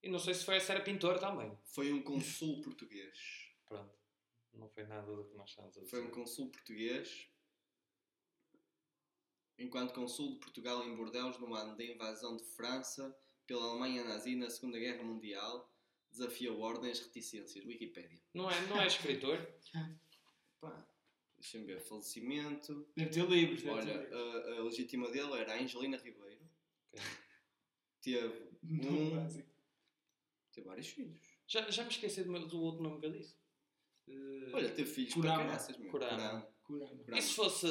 Speaker 4: E não sei se foi se era pintor também.
Speaker 2: Foi um consul português.
Speaker 4: Pronto. Não foi nada do que nós estamos a dizer.
Speaker 2: Foi um consul português. Enquanto consul de Portugal em Bordeus no ano da invasão de França pela Alemanha nazi na Segunda Guerra Mundial, desafiou ordens reticências. Wikipédia.
Speaker 4: Não é, não é escritor?
Speaker 2: Pá, deixa-me ver. Falecimento.
Speaker 3: Deve ter livros, deve
Speaker 2: Olha,
Speaker 3: ter livros.
Speaker 2: a, a legítima dele era a Angelina Ribeiro.
Speaker 4: Ok.
Speaker 2: [LAUGHS] Teve,
Speaker 4: um-
Speaker 3: Não
Speaker 2: Hum.
Speaker 3: fazem.
Speaker 2: teve vários filhos.
Speaker 4: Já, já me esqueci do, meu- do outro nome que eu disse. Eh,
Speaker 2: Olha, teve filhos
Speaker 3: Kurama.
Speaker 2: para caraças, meu.
Speaker 4: Kurama.
Speaker 3: Kurama.
Speaker 4: e se fosse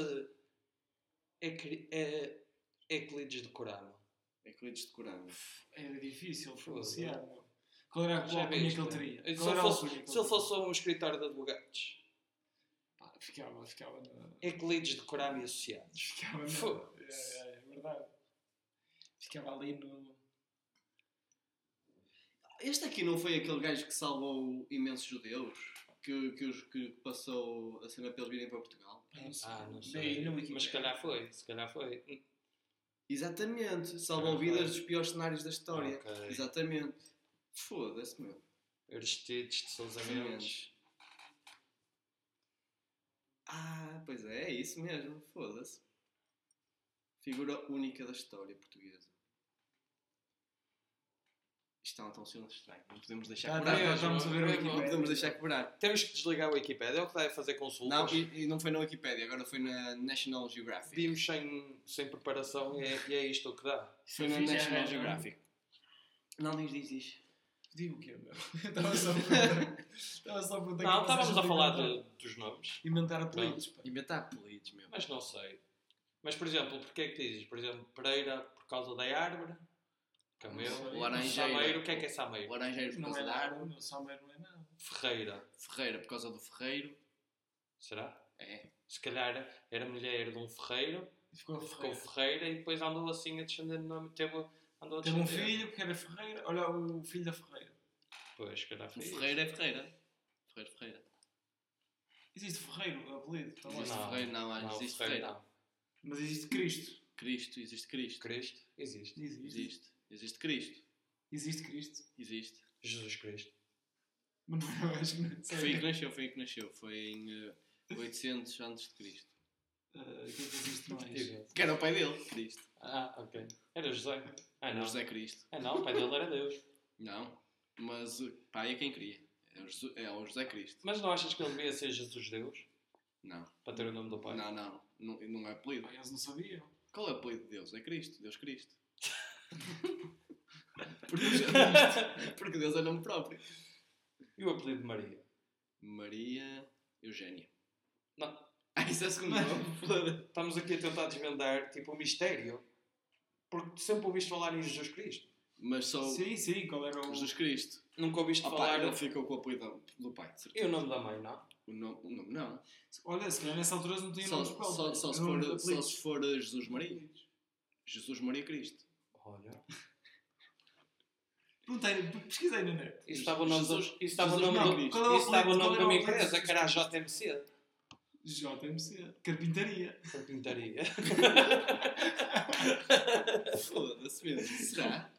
Speaker 4: Ecri- eh, Euclides de Corama?
Speaker 2: É Euclides de Kurama.
Speaker 3: Era difícil
Speaker 4: Foda-se.
Speaker 3: pronunciar, meu. Qual era a
Speaker 4: Já
Speaker 3: alcunha que
Speaker 4: viste,
Speaker 3: ele
Speaker 4: né?
Speaker 3: teria?
Speaker 4: Se
Speaker 3: Qual
Speaker 4: ele
Speaker 3: era a
Speaker 4: fosse,
Speaker 3: alcunha que
Speaker 4: se ele
Speaker 3: ele
Speaker 4: fosse um escritório de advogados,
Speaker 3: teria? Pá, Ficava, ficava na...
Speaker 4: Euclides de Corama e Associados.
Speaker 3: Ficava na...
Speaker 4: Foda-se.
Speaker 3: É, é, é verdade. Ficava ali no...
Speaker 2: Este aqui não foi aquele gajo que salvou imensos judeus? Que, que, os, que passou a cena para eles virem para Portugal?
Speaker 3: Não sei.
Speaker 4: Ah, não
Speaker 3: Daí
Speaker 4: sei.
Speaker 3: na Wikipedia.
Speaker 4: Mas se calhar foi, se calhar foi.
Speaker 2: Exatamente. Salvou
Speaker 4: Ah,
Speaker 2: vidas
Speaker 4: ok. Ah,
Speaker 2: dos piores cenários da história.
Speaker 4: Ok.
Speaker 2: Exatamente. Foda-se, meu.
Speaker 4: Aristides de Sousa Mendes.
Speaker 2: Ah, pois é, é isso mesmo. Foda-se. Figura única da história portuguesa. Isto está tão silêncio estranho. Não podemos deixar
Speaker 3: Tá,
Speaker 2: quebrar.
Speaker 3: tá,
Speaker 2: tá,
Speaker 3: tá, vamos
Speaker 2: João?
Speaker 3: ver o
Speaker 2: não
Speaker 3: Wikipedia.
Speaker 2: podemos deixar quebrar.
Speaker 4: Temos que desligar o Wikipedia, é o que deve fazer consultas.
Speaker 2: Não, e, e não foi na Wikipedia, agora foi na National Geographic.
Speaker 4: Vimos sem, sem preparação e é, e é isto o que dá.
Speaker 2: Foi na
Speaker 3: Fiz,
Speaker 2: National
Speaker 3: é,
Speaker 2: Geographic. Não diz, diz, diz.
Speaker 3: Digo o quê, meu? [LAUGHS] Estava só a perguntar. Estava só a
Speaker 4: Não,
Speaker 3: perguntar. que vocês
Speaker 4: estávamos a falar
Speaker 3: inventar-
Speaker 4: de- dos nomes,
Speaker 3: Inventar apelidos, pá.
Speaker 2: Inventar apelidos, meu.
Speaker 4: mas não sei. Mas, por exemplo, porque é que dizes? Por exemplo, Pereira por causa da árvore, Camelo,
Speaker 3: Não sei.
Speaker 2: Laranjeira.
Speaker 4: Sameiro, o que é que é Sameiro?
Speaker 2: Laranjeiros por
Speaker 3: Não
Speaker 2: causa
Speaker 3: é
Speaker 2: da
Speaker 3: nada,
Speaker 2: árvore.
Speaker 3: meu Summer não é nada.
Speaker 4: Ferreira,
Speaker 2: Ferreira por causa do ferreiro.
Speaker 4: será?
Speaker 2: É. um
Speaker 4: Se calhar era mulher de um ferreiro,
Speaker 3: E Ficou
Speaker 4: ficou
Speaker 3: Ferreira.
Speaker 4: ferreira e depois andou assim a descender de nome. Teve, andou a
Speaker 3: Teve um
Speaker 4: descender.
Speaker 3: filho que era Ferreira. Olha o filho da Ferreira.
Speaker 4: Pois, se calhar
Speaker 2: O
Speaker 4: foi isso.
Speaker 2: ferreiro é ferreira. Ferreiro, ferreira.
Speaker 3: Existe Ferreiro, apelido. Tá bom.
Speaker 2: Existe
Speaker 4: Não.
Speaker 2: ferreiro, não, acho
Speaker 4: Não,
Speaker 2: que existe
Speaker 4: ferreiro
Speaker 2: ferreira.
Speaker 4: não.
Speaker 3: Mas existe Cristo.
Speaker 2: Cristo, existe Cristo.
Speaker 4: Cristo, existe.
Speaker 3: Existe.
Speaker 2: Existe. Existe Cristo.
Speaker 3: Existe Cristo.
Speaker 2: Existe.
Speaker 4: Jesus Cristo.
Speaker 3: Mas não é, eu acho que não
Speaker 2: Foi aí
Speaker 3: sei.
Speaker 2: que nasceu, foi aí que nasceu. Foi em eh, 800 antes de Cristo.
Speaker 3: Ah, O que é que existe mais?
Speaker 4: Diga.
Speaker 2: Que era o pai dele. Cristo.
Speaker 4: Ah, ok. Era José. Ah, não.
Speaker 2: Era José Cristo.
Speaker 4: Ah, não, o pai dele era Deus.
Speaker 2: Não. Mas eh, pai é quem cria. É o Jesu- é o José Cristo.
Speaker 4: Mas não achas que ele devia ser Jesus Deus?
Speaker 2: Não.
Speaker 4: Para ter o nome do pai?
Speaker 2: Não, não, não. Não é apelido.
Speaker 3: Pá, Eles não sabiam.
Speaker 2: Qual é o apelido de Deus? É Cristo. Deus
Speaker 4: [LAUGHS]
Speaker 2: Cristo. Porque Deus é Cristo. Porque Deus é nome próprio.
Speaker 4: E o apelido de Maria?
Speaker 2: Maria Eugénia.
Speaker 4: Não.
Speaker 2: Ah, isso é segundo nome. foda-se.
Speaker 4: Estamos aqui a tentar desvendar, tipo, o mistério. Porque tu sempre ouviste falar em Jesus Cristo.
Speaker 2: Mas só
Speaker 3: Sim, sim, qual era o.
Speaker 2: Jesus Cristo.
Speaker 4: Nunca ouviste
Speaker 2: Opa,
Speaker 4: falar...
Speaker 2: ele ficou com o apoio do, do pai, de certeza.
Speaker 4: E o nome da mãe, não?
Speaker 2: O nome, o nome não.
Speaker 3: Olha, se calhar nessa altura não tinha
Speaker 2: Só,
Speaker 3: nomes próprios.
Speaker 2: só, só, se
Speaker 3: Eram
Speaker 2: for, só
Speaker 3: apelidos.
Speaker 2: se for Jesus Maria. Jesus Maria Cristo.
Speaker 4: Olha...
Speaker 3: Perguntei, pesquisei na net.
Speaker 4: Isso estava o nome do...
Speaker 2: Jesus-
Speaker 4: Isso estava o
Speaker 2: Jesus
Speaker 4: nome
Speaker 2: não,
Speaker 4: do...
Speaker 2: Cristo.
Speaker 4: Isso estava o nome da
Speaker 3: Qual
Speaker 4: minha
Speaker 3: era o apelido de
Speaker 4: empresa,
Speaker 3: Jesus
Speaker 4: que era a JMC.
Speaker 3: JMC. Carpintaria.
Speaker 4: Carpintaria.
Speaker 2: [LAUGHS] Foda-se mesmo. Será?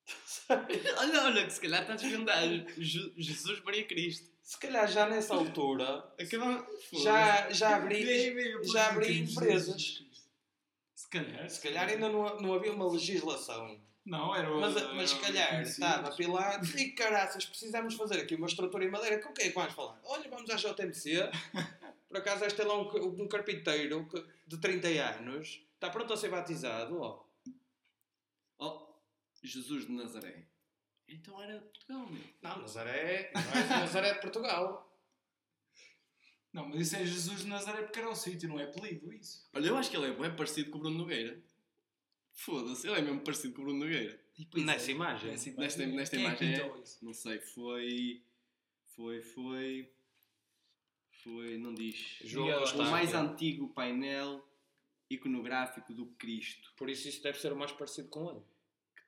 Speaker 2: [LAUGHS] olha, olha, que se calhar está desvendado. Je- Jesus Maria Cristo.
Speaker 4: [LAUGHS] Se calhar já nessa altura...
Speaker 2: Acabamos.
Speaker 4: Já, já abri...
Speaker 3: Vê, vê, eu
Speaker 4: já
Speaker 3: perguntei,
Speaker 4: abri
Speaker 3: Jesus
Speaker 4: empresas.
Speaker 3: Cristo. Se calhar.
Speaker 4: Se calhar ainda não, não havia uma legislação.
Speaker 3: Não, era o.
Speaker 4: Mas,
Speaker 3: era
Speaker 4: mas se
Speaker 3: o
Speaker 4: calhar tá,
Speaker 3: conhecido.
Speaker 4: estava Pilatos e caraças, precisamos fazer aqui uma estrutura em madeira. Com quem é que vais falar? Olha, vamos à
Speaker 3: [LAUGHS]
Speaker 4: JMC. Por acaso, este é lá um, ca- um carpinteiro que- de 30 anos. Está pronto a ser batizado, ó.
Speaker 2: Oh, Jesus de Nazaré. Então era Portugal, meu.
Speaker 4: Não, Nazaré. não é de Nazaré de Portugal.
Speaker 3: Não, mas isso é Jesus de Nazaré porque era o sítio, não é apelido isso.
Speaker 2: Olha, eu acho que ele é bem parecido com o Bruno Nogueira. Foda-se, ele é mesmo parecido com o Bruno Nogueira.
Speaker 4: Nessa imagem.
Speaker 3: Nessa
Speaker 2: Nesta- nesta
Speaker 3: é assim, Quem é que
Speaker 2: imagem é-
Speaker 3: pintou isso?
Speaker 2: Não sei, foi. Foi, foi. Foi, não diz.
Speaker 4: João
Speaker 3: E, ó,
Speaker 2: O
Speaker 4: Eustáquio.
Speaker 2: mais antigo painel iconográfico do Cristo
Speaker 4: Por isso, isso deve ser o mais parecido com ele.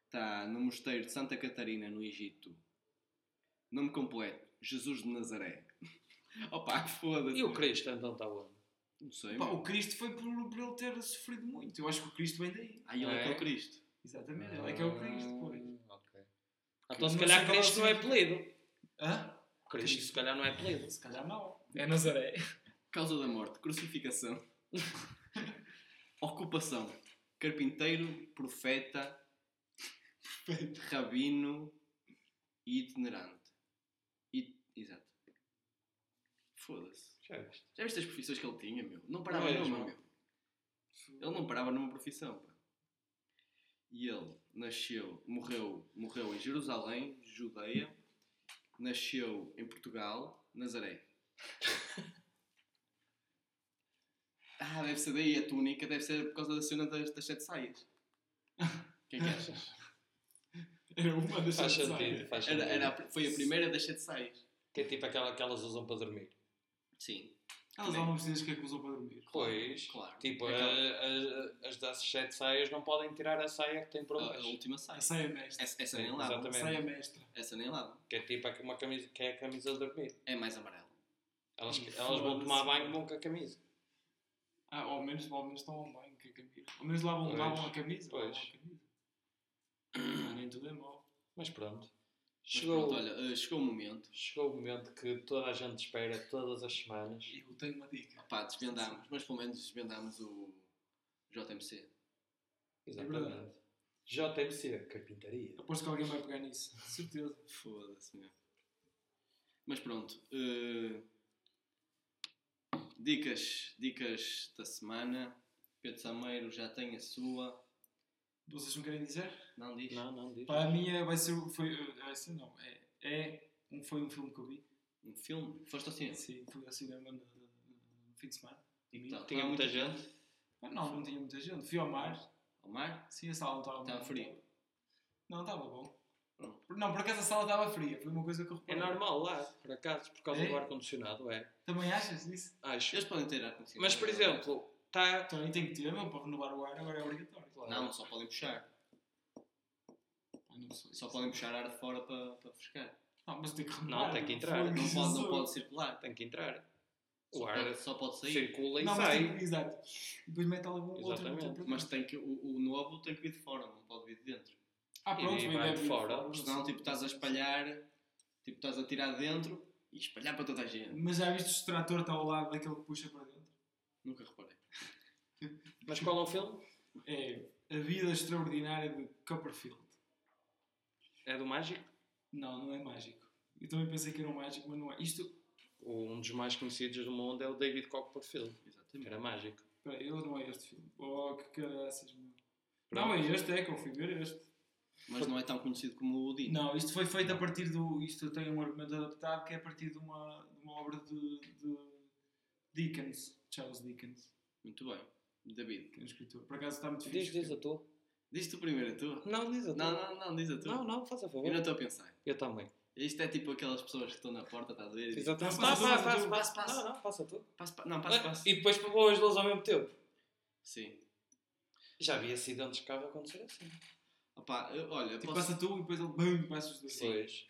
Speaker 2: está no Mosteiro de Santa Catarina, no Egito. Nome completo: Jesus de Nazaré. [LAUGHS] Opa, foda-se.
Speaker 4: E o Cristo, então, está onde?
Speaker 2: Não sei,
Speaker 3: Pá,
Speaker 2: meu.
Speaker 3: o Cristo foi por, por ele ter sofrido muito. Eu acho que o Cristo vem daí.
Speaker 2: Ah, ele é,
Speaker 4: É.
Speaker 2: que é o Cristo.
Speaker 3: Exatamente, ele é que é o Cristo, pois.
Speaker 4: Ah, ok. Então, se
Speaker 3: Não sei
Speaker 4: calhar,
Speaker 3: qual é o
Speaker 4: Cristo não é
Speaker 3: significado.
Speaker 4: apelido.
Speaker 3: Hã?
Speaker 4: Cristo, se calhar, não é apelido.
Speaker 3: Se calhar não. É Nazaré.
Speaker 2: Causa da morte: crucificação. Ocupação: carpinteiro, profeta, rabino e itinerante. It... Exato. Foda-se.
Speaker 4: Já viste?
Speaker 2: Já viste as profissões que ele tinha, meu? Não parava
Speaker 4: Não é,
Speaker 2: numa,
Speaker 4: João.
Speaker 2: meu. Ele não parava numa profissão, pá. E ele nasceu, morreu, morreu em Jerusalém, Judeia, nasceu em Portugal, Nazaré. [LAUGHS] ah, deve ser daí a túnica, deve ser por causa da cena das, das sete saias. O que é que achas?
Speaker 3: Era uma das
Speaker 4: Faz
Speaker 3: sete
Speaker 4: sentido,
Speaker 3: saias.
Speaker 4: faz sentido.
Speaker 2: Era, era a- foi a primeira das sete saias.
Speaker 4: Que é tipo aquela que elas usam para dormir.
Speaker 2: Sim,
Speaker 3: Elas há uma vestidas que acusam para dormir.
Speaker 4: Pois.
Speaker 2: claro.
Speaker 4: Tipo,
Speaker 2: Aquela-
Speaker 4: a- a- as das sete saias não podem tirar a saia que tem por
Speaker 2: a, a
Speaker 4: baixo.
Speaker 2: última saia.
Speaker 3: Ah, A saia mestra.
Speaker 2: Essa, essa
Speaker 4: Sim,
Speaker 2: nem lava.
Speaker 4: exatamente.
Speaker 3: saia mestra.
Speaker 2: Essa nem lava.
Speaker 4: Que é tipo uma camisa, que é a camisa de dormir.
Speaker 2: É mais amarela.
Speaker 4: Elas,
Speaker 3: Ih,
Speaker 4: elas vão
Speaker 3: foda-se.
Speaker 4: tomar banho vão com a camisa.
Speaker 3: Ah, ao menos, ao menos estão online com a camisa. Ao menos lavam,
Speaker 4: Pois,
Speaker 3: lavam a camisa.
Speaker 4: pois.
Speaker 3: Lavam a camisa. Ah, nem tudo é mau.
Speaker 4: Mas pronto.
Speaker 2: Mas
Speaker 4: Chegou,
Speaker 2: pronto, olha, eh, chegou o momento.
Speaker 4: chegou o momento que toda a gente espera todas as semanas.
Speaker 3: Eu tenho uma dica.
Speaker 2: Pá, desvendámos, mas pelo menos desvendámos o JMC.
Speaker 4: Exatamente. JMC, carpintaria.
Speaker 3: Aposto que alguém vai pegar nisso. Certeza.
Speaker 2: Foda-se mesmo. Mas pronto. eh, dicas, dicas da semana. Pedro Sameiro já tem a sua.
Speaker 3: Vocês me querem dizer?
Speaker 2: Não diz?
Speaker 4: Não, não, diz.
Speaker 3: Para mim é- vai ser. o- Foi, vai ser não. É, é um, foi um filme que eu vi. É,
Speaker 2: Um filme? Foste ao cinema?
Speaker 3: Sim, fui ao cinema no, no fim de semana.
Speaker 2: E que tal?
Speaker 4: Então, Tinha
Speaker 2: Não há
Speaker 4: muita
Speaker 2: Tá, muita-
Speaker 4: gente.
Speaker 3: Mas não, não tinha muita gente. Fui ao mar.
Speaker 2: Ao mar?
Speaker 3: Sim, a sala não estava
Speaker 2: Estava
Speaker 3: muito-
Speaker 2: frio.
Speaker 3: Não, estava bom.
Speaker 2: Pronto.
Speaker 3: Não, por acaso a sala estava fria. Foi uma coisa que eu
Speaker 4: É
Speaker 3: reparei.
Speaker 4: normal lá, por acaso, por causa
Speaker 3: É?
Speaker 4: do ar-condicionado, é.
Speaker 3: Também achas isso?
Speaker 4: Acho.
Speaker 2: Eles podem ter ar-condicionado.
Speaker 4: Mas, por exemplo, tá, está.
Speaker 3: Então aí tem que ter, meu, para renovar o ar agora é obrigatório.
Speaker 2: Não, só podem puxar.
Speaker 3: Ah, não, sou
Speaker 2: Só
Speaker 3: isso.
Speaker 2: podem puxar ar de fora para, para frescar.
Speaker 3: Não, mas tem que renovar.
Speaker 4: Não, tem que
Speaker 3: meu,
Speaker 4: entrar.
Speaker 3: fogo,
Speaker 2: Não pode, não
Speaker 3: Jesus.
Speaker 2: pode circular.
Speaker 4: Tem que entrar. O
Speaker 2: Só
Speaker 4: ar
Speaker 2: pode, só pode sair.
Speaker 4: circula e
Speaker 3: Não, mas
Speaker 4: sai.
Speaker 3: tem que, exato. Depois mete algum outro.
Speaker 4: Exatamente.
Speaker 3: outro
Speaker 2: Mas tem que, o, o novo tem que vir de fora, não pode vir de dentro.
Speaker 3: ah, pronto,
Speaker 4: E
Speaker 3: vem
Speaker 4: vai
Speaker 3: deve ir
Speaker 4: fora.
Speaker 3: não sei.
Speaker 2: Senão, tipo, estás a espalhar, tipo, estás a tirar de dentro e espalhar para toda a gente.
Speaker 3: Mas já viste o extrator está ao lado daquele que puxa para dentro?
Speaker 2: Nunca reparei.
Speaker 4: Mas qual é o filme?
Speaker 3: É a vida extraordinária de Copperfield.
Speaker 4: É do Mágico?
Speaker 3: Não, não é mágico. Eu também pensei que era um mágico, mas não é. Isto,
Speaker 4: Um dos mais conhecidos do mundo é o David Copperfield. que
Speaker 2: Exatamente.
Speaker 4: Era mágico.
Speaker 3: peraí, ele não é este filme. Oh, que caraças, meu.
Speaker 4: Pronto.
Speaker 3: Não é este, é que eu fui ver este.
Speaker 2: Mas não é tão conhecido como o Dino.
Speaker 3: Não, isto foi feito a partir do. Isto tem um argumento adaptado que é a partir de uma, de uma obra de, de Dickens, Charles Dickens,
Speaker 2: Muito bem. David.
Speaker 3: que é um escritor. Por acaso está muito
Speaker 4: Diz,
Speaker 3: fixe.
Speaker 4: diz
Speaker 3: filme.
Speaker 4: a tua.
Speaker 2: Diz tu primeiro a tua.
Speaker 4: Não, diz a tua.
Speaker 2: Não, não, não, diz a tua.
Speaker 4: não, não, faz a favor.
Speaker 2: Eu não estou a pensar.
Speaker 4: Eu também.
Speaker 2: Isto é tipo aquelas pessoas que estão na porta, estás a ver? E dizem,
Speaker 4: Exatamente.
Speaker 3: Passa,
Speaker 4: Passa,
Speaker 3: passa,
Speaker 4: passa, passa,
Speaker 3: tu.
Speaker 2: Passa,
Speaker 4: Não, não, passa tu.
Speaker 2: Passa, pa- não, passa, passa.
Speaker 4: Ah, E depois pagou as duas ao mesmo tempo.
Speaker 2: Sim.
Speaker 4: Já havia acidentes de carro acontecer assim.
Speaker 2: Opa, eu- olha,
Speaker 3: Tipo,
Speaker 2: posso-
Speaker 3: passa tu e depois ele bum, passa os dois.
Speaker 4: Pois.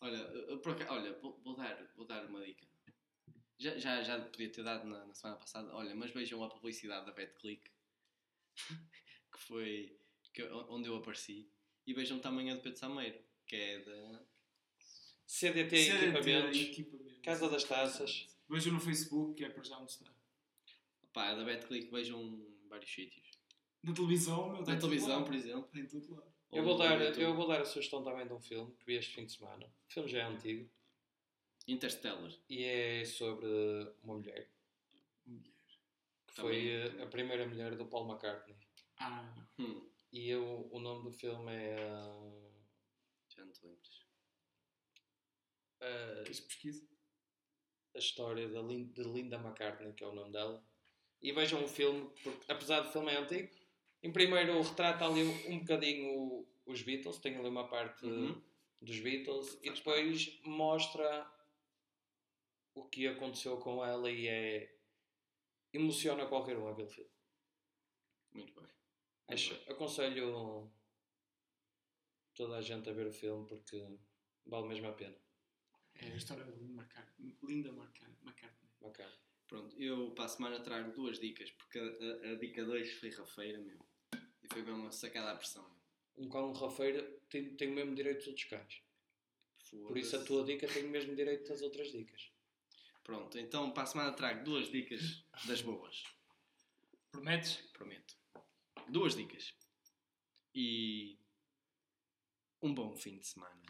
Speaker 2: Olha, eu- por aca- olha vou, vou dar, vou dar uma dica. Já, já, já podia ter dado na, na semana passada. Olha, mas vejam a publicidade da BetClick, [LAUGHS] que foi que, eu- onde eu apareci. E vejam também a de Pedro Sameiro, que é da.
Speaker 4: CDT,
Speaker 3: CDT,
Speaker 4: Equipamentos.
Speaker 3: é equipamentos.
Speaker 4: Casa das Taças.
Speaker 3: Vejo no Facebook, que é para já onde está.
Speaker 2: Pá, a da BetClick, vejam vários sítios.
Speaker 3: Na televisão, meu.
Speaker 2: Na
Speaker 3: tem tudo
Speaker 2: televisão,
Speaker 3: lá.
Speaker 2: por exemplo.
Speaker 3: Tem tudo lá.
Speaker 2: ou
Speaker 4: Eu vou,
Speaker 2: no
Speaker 4: dar,
Speaker 2: YouTube.
Speaker 4: eu vou dar a sugestão também de um filme que vi este fim de semana. O filme já é antigo
Speaker 2: Interstellar.
Speaker 4: e é sobre uma mulher. Que
Speaker 2: Tá
Speaker 4: foi
Speaker 2: bem.
Speaker 4: eh, a primeira mulher do Paul McCartney.
Speaker 3: Ah,
Speaker 2: Hum,
Speaker 4: E eu- o nome do filme é. ah,
Speaker 2: já não te lembras.
Speaker 4: ah,
Speaker 3: queres que pesquisa?
Speaker 4: a história da Lin- de Linda McCartney, que é o nome dela. E vejam o filme, porque apesar do filme é antigo, em primeiro retrata ali um bocadinho o- os Beatles, tem ali uma parte
Speaker 2: Uhum.
Speaker 4: dos Beatles, e depois mostra o que aconteceu com ela e é. emociona qualquer um aquele filme.
Speaker 2: Muito bem.
Speaker 4: Acho, aconselho toda a gente a ver o filme porque vale mesmo a pena.
Speaker 3: É a história de Linda McCartney. Linda Marca- McCartney.
Speaker 4: Bacana.
Speaker 2: Pronto, eu para a semana trago duas dicas, porque a, a- a dica 2 foi rafeira, meu. E foi mesmo uma sacada à pressão, meu.
Speaker 4: Um cão rafeiro tem, tem o mesmo direito dos cães. Por isso a
Speaker 2: Foda-se.
Speaker 4: tua dica tem o mesmo direito das outras dicas.
Speaker 2: Pronto, então para a semana trago duas dicas das boas,
Speaker 3: Prometes?
Speaker 2: prometo. Duas dicas. E um bom fim de semana.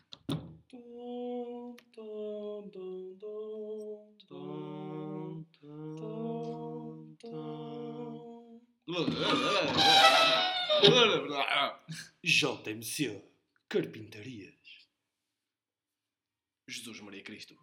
Speaker 3: JMC Carpintarias.
Speaker 2: Jesus Maria Cristo.